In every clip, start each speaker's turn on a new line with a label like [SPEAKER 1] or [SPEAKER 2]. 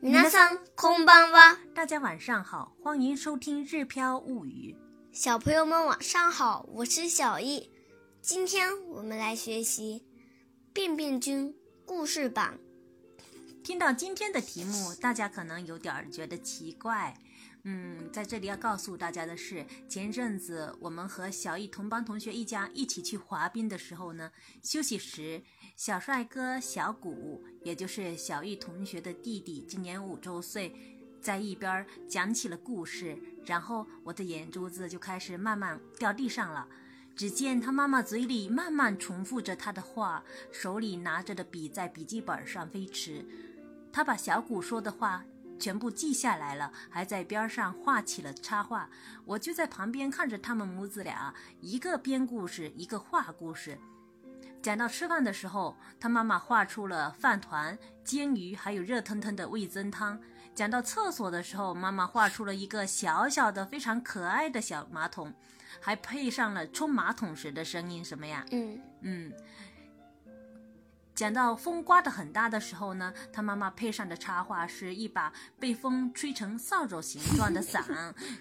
[SPEAKER 1] 皆さんこんばんは。
[SPEAKER 2] 大家晚上好，欢迎收听《日飘物语》。
[SPEAKER 1] 小朋友们晚上好，我是小易。今天我们来学习《便便君》故事版。
[SPEAKER 2] 听到今天的题目，大家可能有点儿觉得奇怪。嗯，在这里要告诉大家的是，前阵子我们和小易同班同学一家一起去滑冰的时候呢，休息时，小帅哥小谷，也就是小易同学的弟弟，今年五周岁，在一边儿讲起了故事，然后我的眼珠子就开始慢慢掉地上了。只见他妈妈嘴里慢慢重复着他的话，手里拿着的笔在笔记本上飞驰。他把小谷说的话全部记下来了，还在边上画起了插画。我就在旁边看着他们母子俩，一个编故事，一个画故事。讲到吃饭的时候，他妈妈画出了饭团、煎鱼，还有热腾腾的味增汤。讲到厕所的时候，妈妈画出了一个小小的、非常可爱的小马桶，还配上了冲马桶时的声音，什么呀？
[SPEAKER 1] 嗯，
[SPEAKER 2] 嗯，讲到风刮得很大的时候呢，他妈妈配上的插画是一把被风吹成扫帚形状的伞，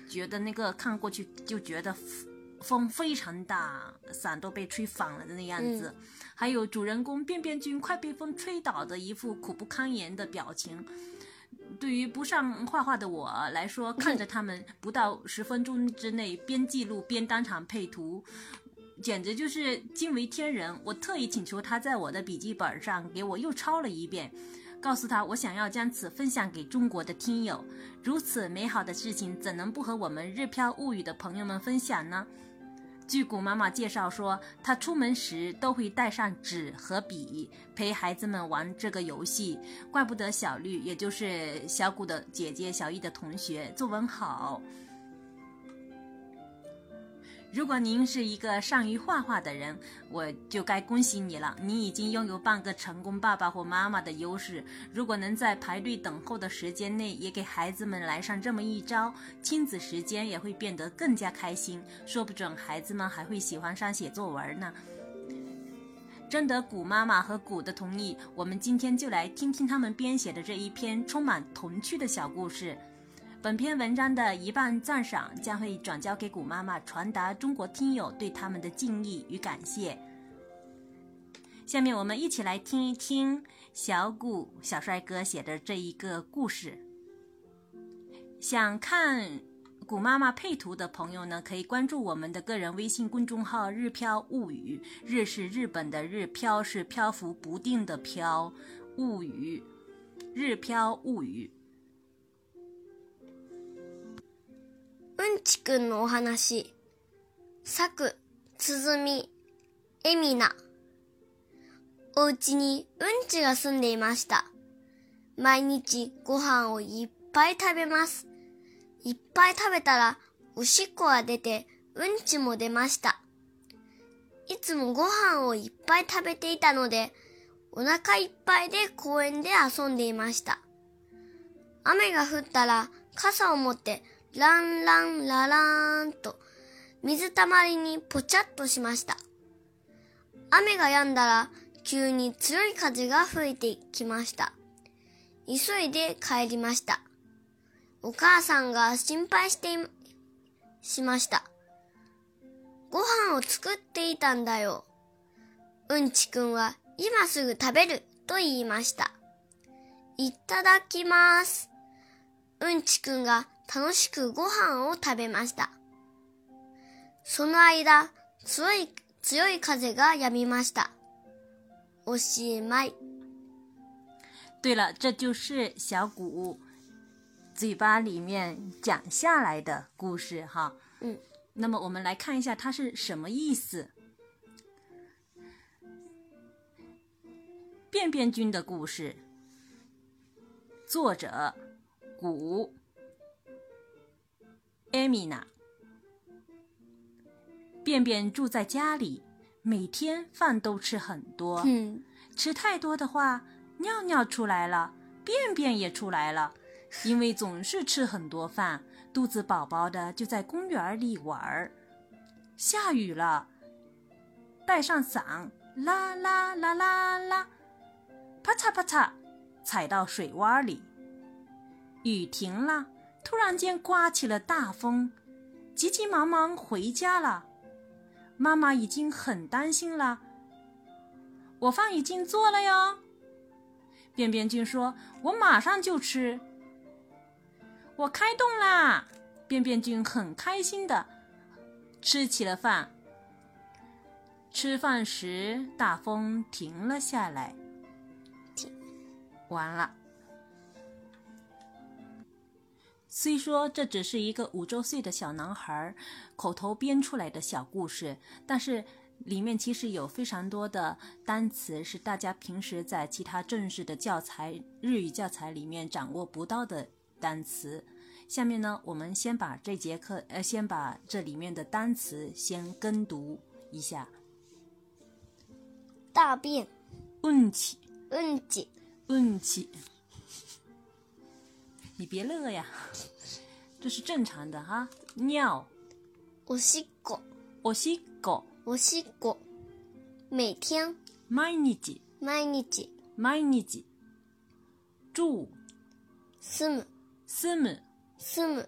[SPEAKER 2] 觉得那个看过去就觉得风非常大，伞都被吹反了的那样子。还有主人公便便君快被风吹倒的一副苦不堪言的表情。对于不上画画的我来说，看着他们不到十分钟之内边记录边当场配图，简直就是惊为天人。我特意请求他在我的笔记本上给我又抄了一遍，告诉他我想要将此分享给中国的听友。如此美好的事情，怎能不和我们日飘物语的朋友们分享呢？据谷妈妈介绍说，她出门时都会带上纸和笔，陪孩子们玩这个游戏。怪不得小绿，也就是小谷的姐姐小易的同学，作文好。如果您是一个善于画画的人，我就该恭喜你了，你已经拥有半个成功爸爸或妈妈的优势。如果能在排队等候的时间内，也给孩子们来上这么一招，亲子时间也会变得更加开心。说不准孩子们还会喜欢上写作文呢。征得谷妈妈和谷的同意，我们今天就来听听他们编写的这一篇充满童趣的小故事。本篇文章的一半赞赏将会转交给谷妈妈，传达中国听友对他们的敬意与感谢。下面我们一起来听一听小谷小帅哥写的这一个故事。想看谷妈妈配图的朋友呢，可以关注我们的个人微信公众号“日飘物语”，日是日本的日，飘是漂浮不定的飘，物语，日飘物语。
[SPEAKER 1] うんちくんのお話。さく、つづみ、えみな。お家にうんちが住んでいました。毎日ご飯をいっぱい食べます。いっぱい食べたらおしっこは出てうんちも出ました。いつもご飯をいっぱい食べていたので、お腹いっぱいで公園で遊んでいました。雨が降ったら傘を持ってランランララーンと水たまりにポチャッとしました。雨が止んだら急に強い風が吹いてきました。急いで帰りました。お母さんが心配してい、しました。ご飯を作っていたんだよ。うんちくんは今すぐ食べると言いました。いただきます。うんちくんが楽しくご飯を食べました。その間、強い、強い風が止みました。おしまい。
[SPEAKER 2] 对了，这就是小谷嘴巴里面讲下来的故事哈。
[SPEAKER 1] 嗯，
[SPEAKER 2] 那么我们来看一下它是什么意思。便便君的故事，作者谷艾米娜。便便住在家里，每天饭都吃很多。
[SPEAKER 1] うん。
[SPEAKER 2] 吃太多的话，尿尿出来了，便便也出来了。因为总是吃很多饭，肚子饱饱的，就在公园里玩儿。下雨了，带上伞，啦啦啦啦啦，啪嚓啪嚓，踩到水洼里。雨停了，突然间刮起了大风，急急忙忙回家了。妈妈已经很担心了。我饭已经做了哟。便便君说：“我马上就吃。”我开动啦！便便君很开心的吃起了饭。吃饭时，大风停了下来。
[SPEAKER 1] 停，
[SPEAKER 2] 完了。虽说这只是一个五周岁的小男孩口头编出来的小故事，但是里面其实有非常多的单词是大家平时在其他正式的教材日语教材里面掌握不到的单词。下面呢，我们先把这节课呃，先把这里面的单词先跟读一下：
[SPEAKER 1] 大便、
[SPEAKER 2] 运气，
[SPEAKER 1] うんち、
[SPEAKER 2] 运气。你别乐呀， 这是正常的哈。尿，
[SPEAKER 1] おしっこ、
[SPEAKER 2] おしっこ、
[SPEAKER 1] おしっこ。每天、
[SPEAKER 2] 毎日、
[SPEAKER 1] 毎日、
[SPEAKER 2] 毎日。住、
[SPEAKER 1] 住む、
[SPEAKER 2] 住む，
[SPEAKER 1] 住む、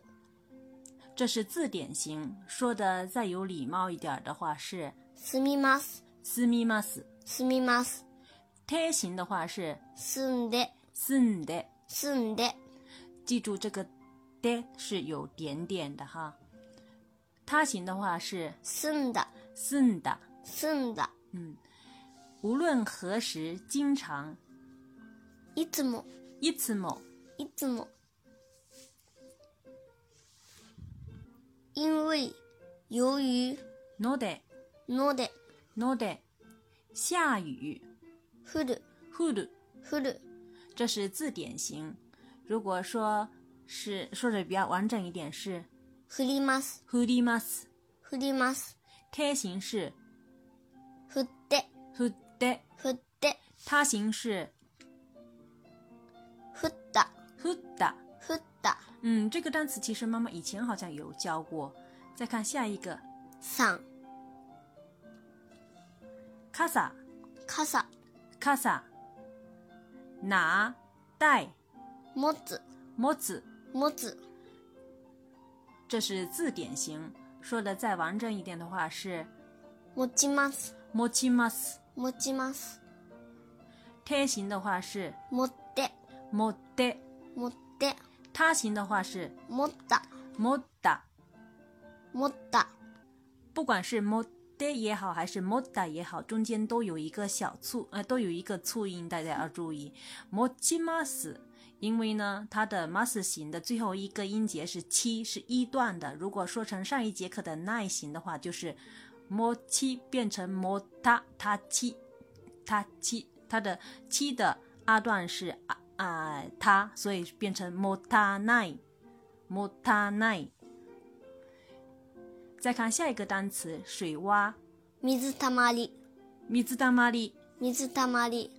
[SPEAKER 2] 这是字典型。说的再有礼貌一点的话是
[SPEAKER 1] 住みます、
[SPEAKER 2] 住みます，
[SPEAKER 1] 住みます。
[SPEAKER 2] 贴形的话是
[SPEAKER 1] 住んで、
[SPEAKER 2] 住んで。
[SPEAKER 1] 住んで。
[SPEAKER 2] 记住这个“的”是有点点的哈。他形的话是
[SPEAKER 1] 住んだ、
[SPEAKER 2] 住んだ。
[SPEAKER 1] 住んだ。
[SPEAKER 2] 嗯，无论何时，经常
[SPEAKER 1] いつも、
[SPEAKER 2] いつも
[SPEAKER 1] いつも。因为、由于、
[SPEAKER 2] ので
[SPEAKER 1] ので、
[SPEAKER 2] ので下雨
[SPEAKER 1] 降る、
[SPEAKER 2] 降る，
[SPEAKER 1] 降る。
[SPEAKER 2] 这是字典型。如果说是说的比较完整一点是
[SPEAKER 1] 降ります、
[SPEAKER 2] 降ります，
[SPEAKER 1] 降ります。
[SPEAKER 2] 贴形是
[SPEAKER 1] 降って、
[SPEAKER 2] 降って，
[SPEAKER 1] 降って。
[SPEAKER 2] 他形是
[SPEAKER 1] 降った、
[SPEAKER 2] 降った。
[SPEAKER 1] 降った。
[SPEAKER 2] 嗯，这个单词其实妈妈以前好像有教过。再看下一个，
[SPEAKER 1] 三、
[SPEAKER 2] 傘
[SPEAKER 1] 傘、
[SPEAKER 2] 傘拿带
[SPEAKER 1] 持つ、
[SPEAKER 2] 持つ，
[SPEAKER 1] 持つ。
[SPEAKER 2] 这是字典型。说的再完整一点的话是
[SPEAKER 1] 持ちます、
[SPEAKER 2] 持ちます。
[SPEAKER 1] 持ちます。
[SPEAKER 2] 贴形的话是
[SPEAKER 1] 持って、
[SPEAKER 2] 持って，
[SPEAKER 1] 持って、
[SPEAKER 2] 他形的话是
[SPEAKER 1] 持った、
[SPEAKER 2] 持った。
[SPEAKER 1] 持った。
[SPEAKER 2] 不管是持って也好，还是持った也好，中间都有一个小促，呃，都有一个促音，大家要注意。持ちます，因为呢，它的 mas 型的最后一个音节是七，是一段的。如果说成上一节课的奈型的话，就是持ち变成持た，它七，它七，它的七的阿段是啊啊它，所以变成持たない，持たない。再看下一个单词，水洼。
[SPEAKER 1] 水たまり、
[SPEAKER 2] 水たまり、
[SPEAKER 1] 水たまり。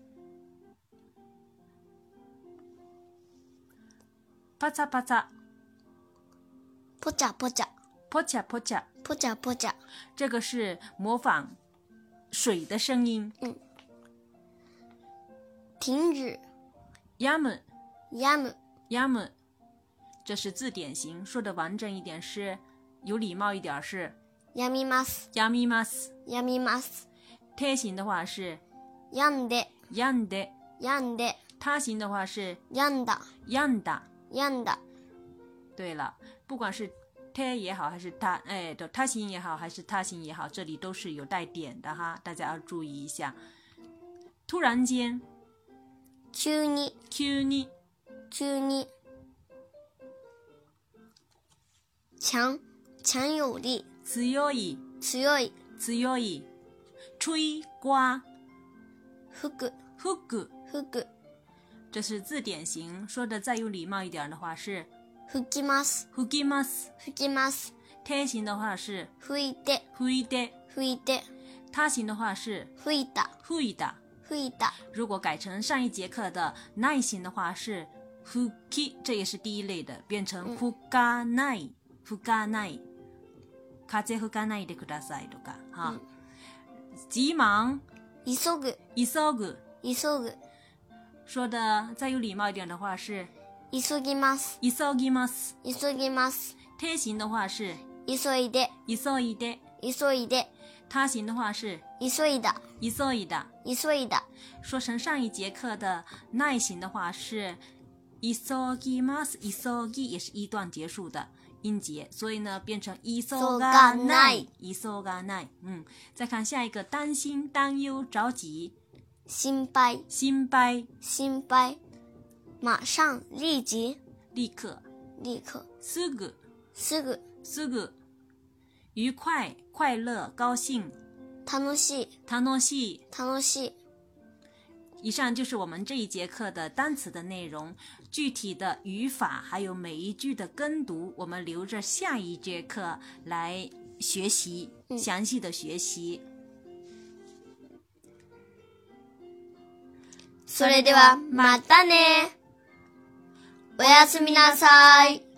[SPEAKER 2] パツァパツァ、
[SPEAKER 1] ぽちゃぽちゃ、
[SPEAKER 2] ポチャポチャ，
[SPEAKER 1] ぽちゃぽちゃ。
[SPEAKER 2] 这个是模仿水的声音。
[SPEAKER 1] 停止、
[SPEAKER 2] やむ、
[SPEAKER 1] やむ、
[SPEAKER 2] やむ，这是字典型。说的完整一点是，有礼貌一点是
[SPEAKER 1] やみます、
[SPEAKER 2] やみます。
[SPEAKER 1] やみます。
[SPEAKER 2] 贴形的话是
[SPEAKER 1] 病んで、
[SPEAKER 2] やんで，
[SPEAKER 1] 病んで、
[SPEAKER 2] 他形的话是
[SPEAKER 1] 病んだ、
[SPEAKER 2] やんだ。
[SPEAKER 1] 病んだ。
[SPEAKER 2] 对了，不管是贴也好，还是他，哎，对，他形也好，还是他形也好，这里都是有带点的哈，大家要注意一下。突然间，
[SPEAKER 1] 急に、
[SPEAKER 2] 急に、
[SPEAKER 1] 急に。ちゃん、ちゃんより
[SPEAKER 2] 強い、
[SPEAKER 1] 強い、
[SPEAKER 2] 強い、吹、刮、
[SPEAKER 1] 吹く、
[SPEAKER 2] 吹く，
[SPEAKER 1] 吹く。
[SPEAKER 2] 这是字典型。说的再有礼貌一点的话是
[SPEAKER 1] 吹きます、
[SPEAKER 2] 吹きます，
[SPEAKER 1] 吹きます。
[SPEAKER 2] 贴形的话是
[SPEAKER 1] 吹いて、
[SPEAKER 2] 吹いて，
[SPEAKER 1] 吹いて、
[SPEAKER 2] 他形的话是
[SPEAKER 1] 吹いた、
[SPEAKER 2] 吹いた。
[SPEAKER 1] 吹いた。
[SPEAKER 2] 如果改成上一节课的耐型的话是 huki，这也是第一类的，变成 hukanai、hukanai。風吹かないでくださいとか哈。急忙、
[SPEAKER 1] 急ぐ、
[SPEAKER 2] 急ぐ。
[SPEAKER 1] 急ぐ。
[SPEAKER 2] 说的再有礼貌一点的话是
[SPEAKER 1] 急ぎます。
[SPEAKER 2] 急ぎます。
[SPEAKER 1] 急ぎます。
[SPEAKER 2] 贴形的话是
[SPEAKER 1] 急いで、
[SPEAKER 2] 急いで，
[SPEAKER 1] 急いで、
[SPEAKER 2] 他形的话是
[SPEAKER 1] 急いだ、
[SPEAKER 2] 急いだ。
[SPEAKER 1] 急いだ。
[SPEAKER 2] 说成上一节课的耐形的话是 isogimas isogi，也是一段结束的音节，所以呢变成 isoga nai isoga nai。嗯，再看下一个，担心、担忧、着急、
[SPEAKER 1] 心配、
[SPEAKER 2] 心拍、
[SPEAKER 1] 心配。马上、立即、
[SPEAKER 2] 立刻、
[SPEAKER 1] 立刻、
[SPEAKER 2] すぐ、
[SPEAKER 1] すぐ、
[SPEAKER 2] すぐ、愉快、快乐、高兴、
[SPEAKER 1] 楽しい、
[SPEAKER 2] 楽しい。
[SPEAKER 1] 楽しい。
[SPEAKER 2] 以上就是我们这一节课的单词的内容，具体的语法还有每一句的跟读，我们留着下一节课来学习，
[SPEAKER 1] 嗯
[SPEAKER 2] 详细的学习。
[SPEAKER 1] それでは、またね。おやすみなさい。